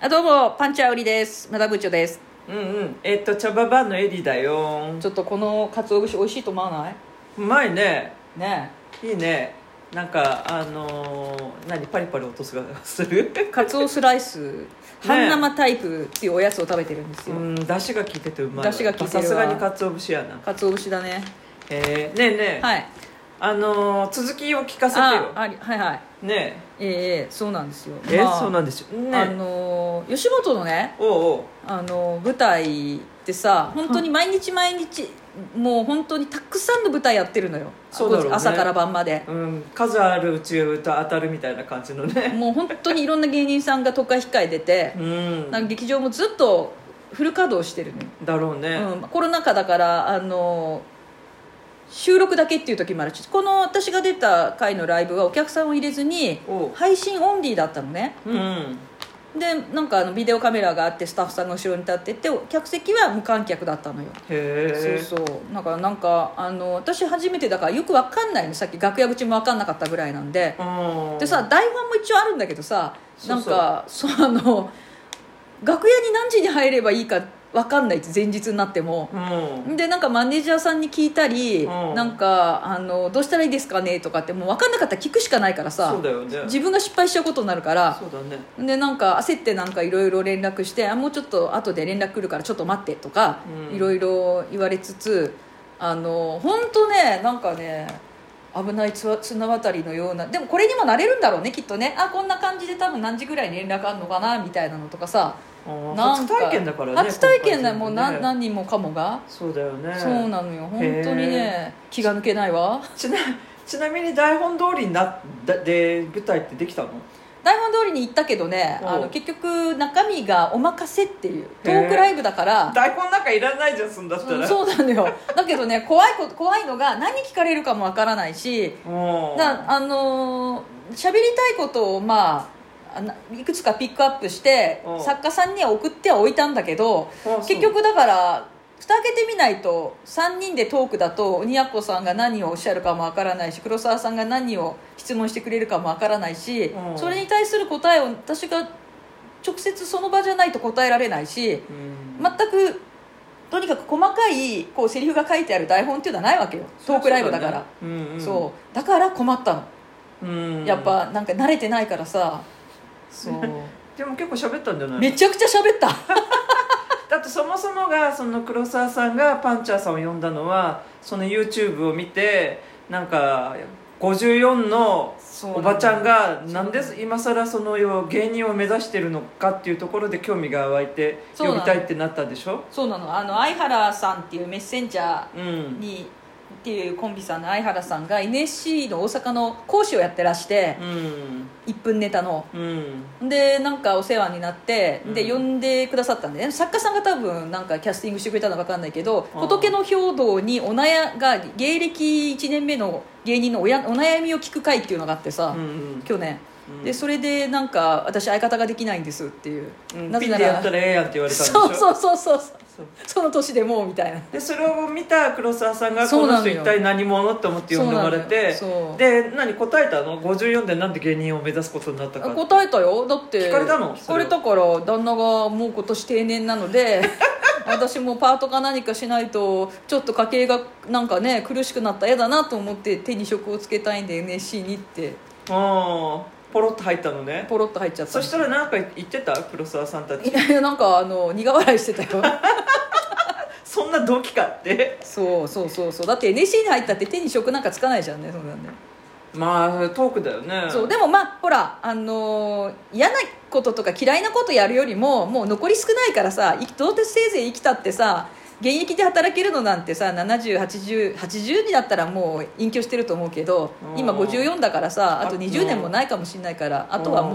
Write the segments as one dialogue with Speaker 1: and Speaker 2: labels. Speaker 1: あどうもパンチャー売りですマダブーチョです
Speaker 2: うんうんえっと茶葉バーのエリだよ
Speaker 1: ちょっとこの鰹節美味しいと思わないう
Speaker 2: まいね
Speaker 1: ね
Speaker 2: いいねなんかあのー何パリパリ音すがする
Speaker 1: え鰹スライス半生タイプっていうおやつを食べてるんです
Speaker 2: う
Speaker 1: よ、
Speaker 2: ん出汁が効いててうまい
Speaker 1: 出
Speaker 2: わ
Speaker 1: 汁が効いてるわ
Speaker 2: さすがに鰹節やな
Speaker 1: 鰹節だね
Speaker 2: えー、ねえねえ、
Speaker 1: はい
Speaker 2: あのー続きを聞かせて
Speaker 1: あ
Speaker 2: よ
Speaker 1: ありはいはい
Speaker 2: ね
Speaker 1: ええええそうなんですよ
Speaker 2: ええ
Speaker 1: まあ
Speaker 2: そうなんでしょね
Speaker 1: あ
Speaker 2: え
Speaker 1: のー吉本のね
Speaker 2: おうおう
Speaker 1: あのー舞台ってさ本当に毎日毎日もう本当にたくさんの舞台やってるのよ
Speaker 2: そうだろうね
Speaker 1: 朝から晩まで
Speaker 2: うん、数あるうち歌当たるみたいな感じ のね
Speaker 1: もう本当にいろんな芸人さんが都会控え出て
Speaker 2: う、ん
Speaker 1: なんか劇場もずっとフル稼働してるのよ
Speaker 2: だろうね、
Speaker 1: うん、コロナ禍だからあの収録だけっていう時もあるしこの私が出た回のライブはお客さんを入れずに
Speaker 2: おう
Speaker 1: 配信オンリーだったのね
Speaker 2: うん
Speaker 1: でなんかあのビデオカメラがあってスタッフさんが後ろに立ってて客席は無観客だったのよ
Speaker 2: へえ
Speaker 1: そうそうだからなんかあの私初めてだからよくわかんないのさっき楽屋口もわかんなかったぐらいなんで
Speaker 2: うん
Speaker 1: でさ台本も一応あるんだけどさなんかそうあの楽屋に何時に入ればいいかわかんないって前日になっても
Speaker 2: うん
Speaker 1: でなんかマネージャーさんに聞いたり、
Speaker 2: うん
Speaker 1: なんかあのどうしたらいいですかねとかってもう分かんなかったら聞くしかないからさ
Speaker 2: そうだよね
Speaker 1: 自分が失敗しちゃうことになるから
Speaker 2: そうだね
Speaker 1: でなんか焦ってなんかいろいろ連絡してあもうちょっと後で連絡来るからちょっと待ってとか
Speaker 2: うん
Speaker 1: いろいろ言われつつあの本当ねなんかね危ないつわ綱渡りのようなでもこれにもなれるんだろうねきっとねあこんな感じで多分何時ぐらいに連絡あるのかなみたいなのとかさ
Speaker 2: な
Speaker 1: なん
Speaker 2: 初
Speaker 1: か
Speaker 2: 体験だからね
Speaker 1: 初体験だ
Speaker 2: だ
Speaker 1: よもう何何人もかもが
Speaker 2: そうだよね
Speaker 1: そうなのよ本当にね気が抜けないわ
Speaker 2: ちなちなみに台本通りになだで舞台ってできたの
Speaker 1: 台本通りに行ったけどね
Speaker 2: おう
Speaker 1: あの結局中身がお任せっていうトーク
Speaker 2: へえ
Speaker 1: ライブだから
Speaker 2: 台本なんかいらないじゃんそんだった
Speaker 1: うん
Speaker 2: ら
Speaker 1: そうなのよだけどね怖いこと怖いのが何聞かれるかもわからないし
Speaker 2: うん
Speaker 1: だあのー喋、りたいことをまああないくつかピックアップして
Speaker 2: おう
Speaker 1: 作家さんには送ってはおいたんだけど
Speaker 2: あ
Speaker 1: 結局だから蓋開けてみないと3人でトークだと鬼奴さんが何をおっしゃるかもわからないし黒沢さんが何を質問してくれるかもわからないし、
Speaker 2: うん
Speaker 1: それに対する答えを私が直接その場じゃないと答えられないし
Speaker 2: そううん
Speaker 1: 全くとにかく細かいこうセリフが書いてある台本っていうのはないわけよトークライブだから
Speaker 2: そうだねうんうん
Speaker 1: そうだから困ったの、
Speaker 2: うん
Speaker 1: やっぱなんか慣れてないからさそう
Speaker 2: でも結構喋ったんじゃない
Speaker 1: めちゃくちゃ喋った
Speaker 2: だってそもそもがその黒沢さんがパンチャーさんを呼んだのはその YouTube を見てなんか54の
Speaker 1: そう
Speaker 2: おばちゃんがなんで
Speaker 1: そう
Speaker 2: 今更そのよ芸人を目指してるのかっていうところで興味が湧いて
Speaker 1: そうな
Speaker 2: 呼
Speaker 1: の
Speaker 2: びたいってなったでしょ
Speaker 1: そうなのあの相原さんっていうメッセンジャー
Speaker 2: うん
Speaker 1: にっていうコンビさんの相原さんが NSC の大阪の講師をやってらして
Speaker 2: うん
Speaker 1: 1分ネタの
Speaker 2: うん
Speaker 1: でなんかお世話になってで
Speaker 2: う
Speaker 1: 呼んでくださったんで、ね、作家さんが多分なんかキャスティングしてくれたのか分かんないけど
Speaker 2: あー
Speaker 1: 仏の兵道におなやが芸歴1年目の芸人のおやお悩みを聞く会っていうのがあってさ、
Speaker 2: うん
Speaker 1: 去年、
Speaker 2: うん
Speaker 1: でそれでなんか私相方ができないんですっていう、
Speaker 2: うん
Speaker 1: な
Speaker 2: ピ
Speaker 1: ぜ
Speaker 2: ン
Speaker 1: な
Speaker 2: でや
Speaker 1: ら
Speaker 2: ったらええやんって言われたんでしょ
Speaker 1: そうそうそうそう
Speaker 2: そう
Speaker 1: その年でもうみたいな
Speaker 2: でそれを見た黒沢さんが
Speaker 1: そ
Speaker 2: こ
Speaker 1: うな
Speaker 2: の
Speaker 1: の
Speaker 2: 人
Speaker 1: よ
Speaker 2: 一体何者って思って呼んでもらっ
Speaker 1: そうなの
Speaker 2: て
Speaker 1: よそう
Speaker 2: で何答えたの54でなんで芸人を目指すことになったか
Speaker 1: 答えたよだって
Speaker 2: 聞かれたの
Speaker 1: 聞かれたから旦那がもう今年定年なので私もパートか何かしないとちょっと家計がなんかね苦しくなったら嫌だなと思って手に職をつけたいんで NSC にって
Speaker 2: うんポロッと入ったのね
Speaker 1: ポロッと入っちゃった
Speaker 2: そしたら何か言ってた黒沢さんた
Speaker 1: い
Speaker 2: ち
Speaker 1: やいやなんかあの苦笑いしてたよ
Speaker 2: そんな動機かって
Speaker 1: そうそうそうそうだって NSC に入ったって手に職なんかつかないじゃんねそうなんね
Speaker 2: まあトークだよね
Speaker 1: そうでもまあほら、あのー嫌なこととか嫌いなことやるよりももう残り少ないからさいどうせせいぜい生きたってさ現役で働けるのなんてさ7080になったらもう隠居してると思うけど
Speaker 2: うん
Speaker 1: 今54だからさあと
Speaker 2: あ
Speaker 1: 20年もないかもしれないからあとはもう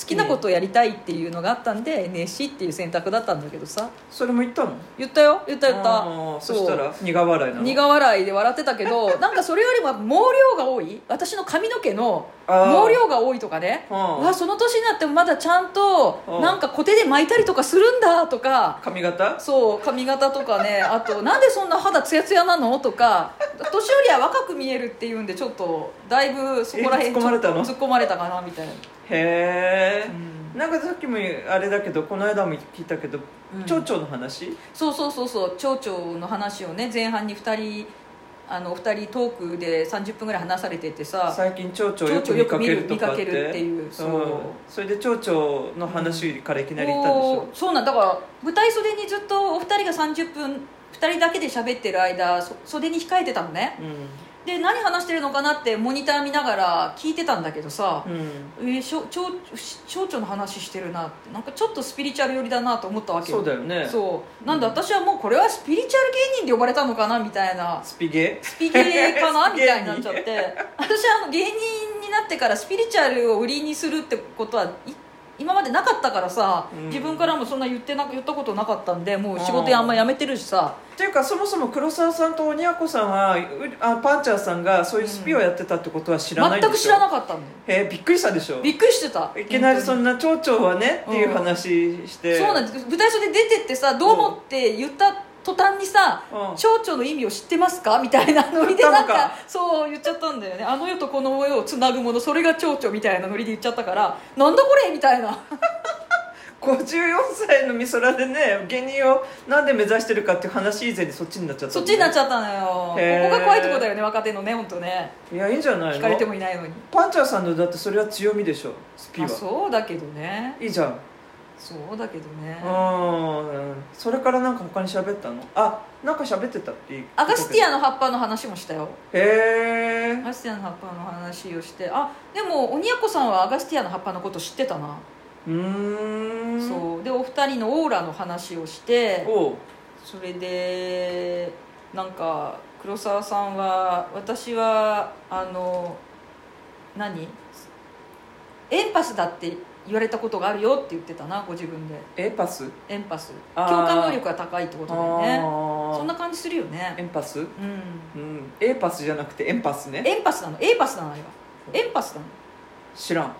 Speaker 1: 好きなことをやりたいっていうのがあったんで NSC っていう選択だったんだけどさ
Speaker 2: それも言ったの
Speaker 1: 言ったよ言った言った
Speaker 2: うん
Speaker 1: そ
Speaker 2: そうしたら苦笑いなの
Speaker 1: 苦笑いで笑ってたけ どなんかそれよりも毛量が多い私の髪の毛の
Speaker 2: あー
Speaker 1: 毛量が多いとかね
Speaker 2: うん
Speaker 1: わその年になってもまだちゃんと
Speaker 2: うん
Speaker 1: なんかコテで巻いたりとかするんだとか
Speaker 2: 髪型
Speaker 1: そう髪型とかねあとなんでそんな肌ツヤツヤなのとか年よりは若く見えるっていうんでちょっとだいぶそこら辺
Speaker 2: え突っ込まれたの
Speaker 1: ちょっと突っ込まれたかなみたいな
Speaker 2: へえ、なんかさっきもあれだけどこの間も聞いたけど、
Speaker 1: うん
Speaker 2: 町長の話
Speaker 1: そうそうそうそう町長の話をね前半に2人あのお二人トークで30分ぐらい話されててさ
Speaker 2: 最近町長よく見かけるとかっ
Speaker 1: 町長
Speaker 2: て
Speaker 1: よく見る見かけるっていうそうん
Speaker 2: それで町長の話からいきなり行ったんでし
Speaker 1: お
Speaker 2: ょ
Speaker 1: ーそうなんだから舞台袖にずっとお二人が30分2人だけで喋ってる間そ袖に控えてたのねで何話してるのかなってモニター見ながら聞いてたんだけどさ、
Speaker 2: うん、うん
Speaker 1: えー、しょ町町長の話してるなってなんかちょっとスピリチュアル寄りだなと思ったわけ
Speaker 2: そうだよね
Speaker 1: そうなんで私はもうこれはスピリチュアル芸人で呼ばれたのかなみたいな
Speaker 2: スピゲ
Speaker 1: スピ芸かな
Speaker 2: ス
Speaker 1: み
Speaker 2: ピ芸人
Speaker 1: たいになっちゃって私はあの芸人になってからスピリチュアルを売りにするってことはい今までなかったからさ、
Speaker 2: うん
Speaker 1: 自分からもそんな言ってな言ったことなかったんでもう仕事あんま辞めてるしさ
Speaker 2: っていうかそもそも黒沢さんと鬼奴さんはうあパンチャーさんがそういうスピをやってたってことは知らないんで
Speaker 1: 全く
Speaker 2: し
Speaker 1: 知
Speaker 2: ょ
Speaker 1: らなかったんだよ
Speaker 2: えーびっくりしたでしょ
Speaker 1: びっくりしてた
Speaker 2: いきなりそ
Speaker 1: の
Speaker 2: んな町長はねっていう話して、
Speaker 1: そうなん
Speaker 2: す
Speaker 1: です舞台袖出てってさ「どうも」って言った途端にさ「
Speaker 2: うん
Speaker 1: 町長の意味を知ってますか?」みたいなノリで
Speaker 2: 言った
Speaker 1: な
Speaker 2: の
Speaker 1: ん
Speaker 2: か
Speaker 1: かそう言っちゃったんだよねあの世とこの世をつなぐものそれが町長みたいなノリで言っちゃったから「なんだこれ?」みたいな
Speaker 2: 54歳の美空でね芸人をなんで目指してるかっていう話以前にそっちになっちゃっ た
Speaker 1: そ
Speaker 2: の
Speaker 1: っ
Speaker 2: ね
Speaker 1: ちになっちゃったのよここ
Speaker 2: へー
Speaker 1: が怖いとこだよね若手のね本当ね
Speaker 2: いやいいんじゃない
Speaker 1: 聞かれて
Speaker 2: の
Speaker 1: もいないのに
Speaker 2: パンチャーさんのだってそれは強みでしょスピ
Speaker 1: あ
Speaker 2: は
Speaker 1: そうだけどね
Speaker 2: いいじゃん
Speaker 1: そうだけどね
Speaker 2: うんそれからなんか他に喋ったのあなんか喋ってたっていう
Speaker 1: アガスティ
Speaker 2: ア
Speaker 1: アの葉っぱの話もしたよ
Speaker 2: へ
Speaker 1: ア
Speaker 2: え
Speaker 1: ガスティアの葉っぱの話をしてあでも鬼奴さんはアガスティアの葉っぱのこと知ってたな
Speaker 2: うーん
Speaker 1: そうでお二人のオーラの話をして
Speaker 2: おう
Speaker 1: それでなんか黒沢さんは私はあの何エンパスだって言われたことがあるよって言ってたなご自分で
Speaker 2: エパス
Speaker 1: エンパス
Speaker 2: あ
Speaker 1: 共
Speaker 2: ー
Speaker 1: 感能力が高いってことだよねそ
Speaker 2: そ
Speaker 1: んな感じするよ
Speaker 2: エ
Speaker 1: ね
Speaker 2: ンパス
Speaker 1: うん
Speaker 2: うんエパスじゃなくてエンパスね
Speaker 1: エンパスなのエンパスなのあれはエンパスなの
Speaker 2: 知らん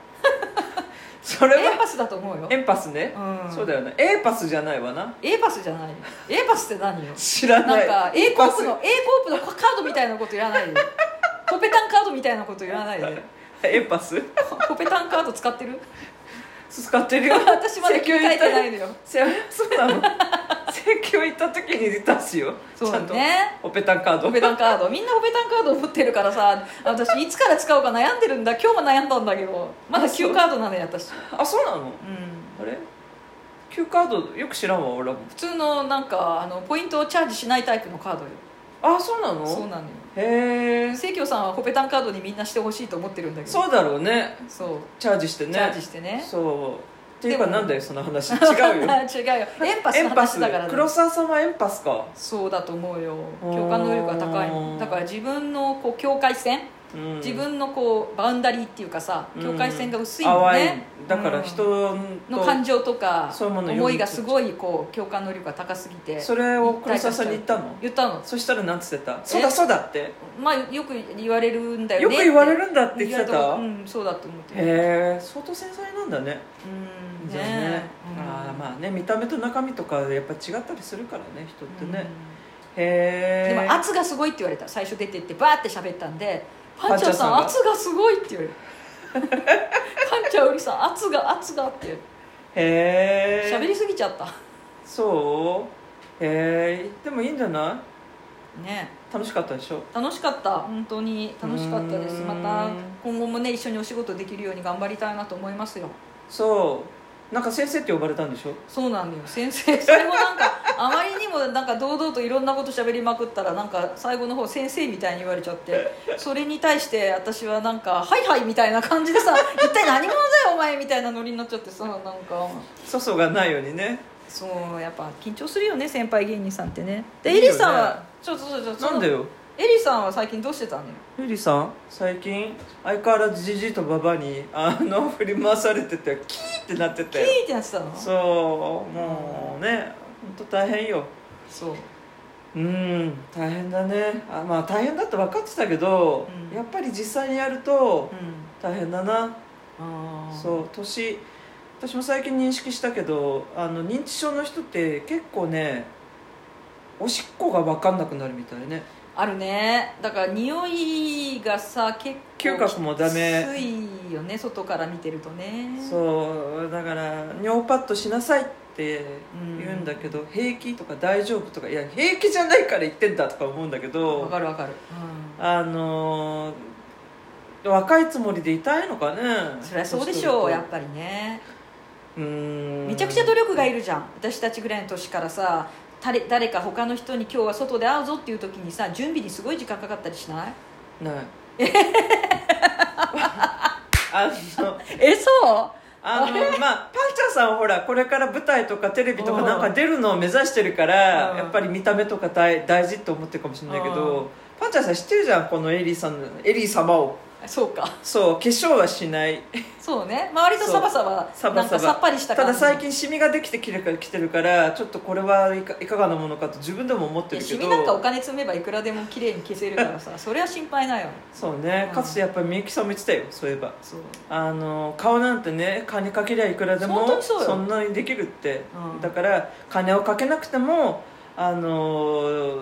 Speaker 2: それ
Speaker 1: エン
Speaker 2: は
Speaker 1: パスだと思うよ
Speaker 2: エンパスね、
Speaker 1: うん
Speaker 2: そうだよねエパスじゃないわな
Speaker 1: エンパスじゃ ないエンパスって何よ
Speaker 2: 知らな
Speaker 1: ないんか A コ
Speaker 2: パ
Speaker 1: ー
Speaker 2: ス
Speaker 1: プの A コープのカードみたいなこといらないでコペタンカードみたいなこといらないで
Speaker 2: エンパス
Speaker 1: コペタンカード使って る
Speaker 2: 使ってるよ
Speaker 1: 私まだ切り替えてないのよ
Speaker 2: せそうなの請求行った時に出すよ
Speaker 1: そう
Speaker 2: ち
Speaker 1: だ
Speaker 2: ゃんと
Speaker 1: ね
Speaker 2: オペタンカード
Speaker 1: コペタンカードみんなコペタンカード持ってるからさ私いつから使おうか悩んでるんだ今日も悩んだんだけどまだ
Speaker 2: あそう
Speaker 1: 旧カードなのよ私、うん、
Speaker 2: あそうなのあれ Q カードよく知らんわ俺も
Speaker 1: 普通のなんかあのポイントをチャージしないタイプのカードよ
Speaker 2: あそうなの
Speaker 1: そうなのよ
Speaker 2: へえ
Speaker 1: 清京さんはコペタンカードにみんなしてほしいと思ってるんだけど
Speaker 2: そうだろうね
Speaker 1: そう
Speaker 2: チャージしてね
Speaker 1: チャージしてね
Speaker 2: そうっていうか
Speaker 1: でも
Speaker 2: なんだよその話違うよ
Speaker 1: 違うよ エンパス
Speaker 2: エ
Speaker 1: の
Speaker 2: ンパ
Speaker 1: 話
Speaker 2: ス
Speaker 1: だからね
Speaker 2: 黒沢さんはエンパスか
Speaker 1: そうだと思うよ
Speaker 2: うん
Speaker 1: 共感能力が高いもんだから自分のこう境界線、
Speaker 2: うん
Speaker 1: 自分のこうバウンダリーっていうかさ境界線が薄いもん
Speaker 2: 淡
Speaker 1: ね、
Speaker 2: だから人
Speaker 1: うん
Speaker 2: と
Speaker 1: の感情とか
Speaker 2: そういうものを読
Speaker 1: 思
Speaker 2: み
Speaker 1: いがすごいこう共感能力が高すぎて
Speaker 2: それを黒沢さんに言ったの
Speaker 1: 言ったの
Speaker 2: そしたらなんつってたそうだそうだって
Speaker 1: まあよく言われるんだよ
Speaker 2: よ
Speaker 1: ね
Speaker 2: く
Speaker 1: って
Speaker 2: 言われるんだって言っ
Speaker 1: 言わ
Speaker 2: てた
Speaker 1: れことうんそうだと思ってる
Speaker 2: へえ相当繊細なんだね
Speaker 1: うん
Speaker 2: じゃあね
Speaker 1: うん
Speaker 2: あーまあね見た目と中身とかやっぱ違ったりするからね人ってね、
Speaker 1: うん
Speaker 2: へえ
Speaker 1: でも圧がすごいって言われた最初出てってバーって喋ったんで「パンチャーさん
Speaker 2: パンチ
Speaker 1: 圧がすごい」って言われるパンチャーウリさん圧が圧がって
Speaker 2: へえ
Speaker 1: 喋りすぎちゃった
Speaker 2: そうへえでもいいんじゃな
Speaker 1: ね
Speaker 2: い楽しかったでしょ
Speaker 1: 楽しかった本当に楽しかったです
Speaker 2: うん
Speaker 1: また今後もね一緒にお仕事できるように頑張りたいなと思いますよ
Speaker 2: そうなんか先生って呼ばれたんでしょ
Speaker 1: そうなんだよ先生それもなんかあまりにもなんか堂々といろんなこと喋りまくったらなんか最後の方先生みたいに言われちゃってそれに対して私はなんか「はいはい」みたいな感じでさ 「一体何者だよお前」みたいなノリになっちゃってさなんか
Speaker 2: 粗相がないようにね
Speaker 1: そうやっぱ緊張するよね先輩芸人さんってねでエ
Speaker 2: いいよね
Speaker 1: リさんはちょちょちょちょ
Speaker 2: なんでよ
Speaker 1: エリさんは最近どうしてたのよ
Speaker 2: ゆりさん最近相変わらずじじいとばばにあの振り回されててキーってなって
Speaker 1: キ
Speaker 2: て
Speaker 1: ーってなってたの
Speaker 2: そうもうね本当大変よ
Speaker 1: そう
Speaker 2: うん大変だねあまあ大変だって分かってたけど、
Speaker 1: うん
Speaker 2: やっぱり実際にやると
Speaker 1: うん
Speaker 2: 大変だな、
Speaker 1: あー
Speaker 2: そう年私も最近認識したけどあの認知症の人って結構ねおしっこが分かんなくなるみたいね
Speaker 1: あるねだから匂いがさ結
Speaker 2: 嗅
Speaker 1: 構
Speaker 2: 覚もダメ
Speaker 1: きついよね外から見てるとね
Speaker 2: そうだから尿パッドしなさいって言うんだけど、平気とか大丈夫とかいや平気じゃないから言ってんだとか思うんだけ
Speaker 1: わ
Speaker 2: ど
Speaker 1: かるわかる、
Speaker 2: あのー若いつもりでいたいのかね
Speaker 1: うん、そりゃそうでしょうやっ
Speaker 2: ぱ
Speaker 1: ぱりね
Speaker 2: うん
Speaker 1: めちゃくちゃ努力がいるじゃん私たちぐらいの年からさ誰誰か他の人に今日は外で会うぞっていう時にさ準備にすごい時間かかったりしない
Speaker 2: ない あの
Speaker 1: えそう
Speaker 2: あのまあパンチャーさんほらこれから舞台とかテレビとかなんか出るのを目指してるから、
Speaker 1: うん
Speaker 2: やっぱり見た目とか大大事って思ってるかもしれないけど、
Speaker 1: う
Speaker 2: パンチャーさん知ってるじゃんこのエリーさんのエリー様を
Speaker 1: そうか
Speaker 2: そう化粧はしない
Speaker 1: そうね周りとサバサバ
Speaker 2: サ
Speaker 1: な
Speaker 2: バ
Speaker 1: んか
Speaker 2: サ
Speaker 1: さ
Speaker 2: バ
Speaker 1: っぱりした
Speaker 2: た
Speaker 1: 感
Speaker 2: だ
Speaker 1: じ
Speaker 2: 最近シミができてきてるきてるからちょっとこれはいかいかがなものかと自分でも思って
Speaker 1: いや
Speaker 2: るけ
Speaker 1: シ
Speaker 2: ど
Speaker 1: ミなんかお金詰めばいくらでも綺麗に消せるからさそれは心配ないよ
Speaker 2: そうね
Speaker 1: うん
Speaker 2: かつてやっぱりみゆきさんも言ってたよそういえば
Speaker 1: そう
Speaker 2: あの顔なんてね金かけりゃいくらでも
Speaker 1: 本当にそうよ
Speaker 2: んなにできるって、
Speaker 1: うん
Speaker 2: だから金をかけなくてもあの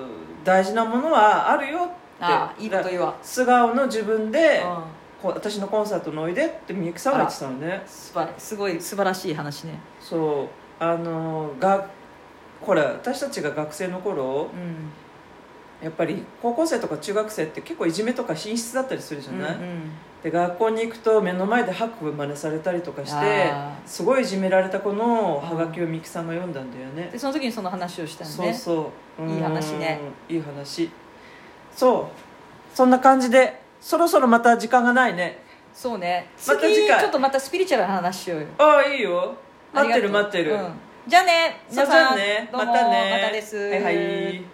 Speaker 2: 大事なものはあるよって
Speaker 1: ああいいこと
Speaker 2: だ
Speaker 1: 言うわ、
Speaker 2: 素顔の自分で、
Speaker 1: うん
Speaker 2: こう私のコンサートにおいでってみゆきさんが言ってたのね
Speaker 1: すばすごい素晴らしい話ね
Speaker 2: そうあのがこれ私たちが学生の頃
Speaker 1: うん
Speaker 2: やっぱり高校生とか中学生って結構いじめとか品質だったりするじゃない、
Speaker 1: うんうん
Speaker 2: で学校に行くと目の前で吐く真似されたりとかして
Speaker 1: あー
Speaker 2: すごいいじめられた子のハガキをみきさんが読んだんだよね
Speaker 1: でその時にその話をしたん
Speaker 2: そう
Speaker 1: ね
Speaker 2: そううん
Speaker 1: いい話ね
Speaker 2: いい話そうそんな感じでそろそろまた時間がないね
Speaker 1: そうね次
Speaker 2: また次回
Speaker 1: ちょっとまたスピリチュアルな話しようよ
Speaker 2: ああいいよ待ってる
Speaker 1: ありが
Speaker 2: 待っ
Speaker 1: と
Speaker 2: て
Speaker 1: う
Speaker 2: る、
Speaker 1: うんじゃあね皆
Speaker 2: さあじゃ
Speaker 1: さ
Speaker 2: あ
Speaker 1: ん
Speaker 2: ね
Speaker 1: どう
Speaker 2: ま
Speaker 1: も
Speaker 2: たね
Speaker 1: またです
Speaker 2: はいはい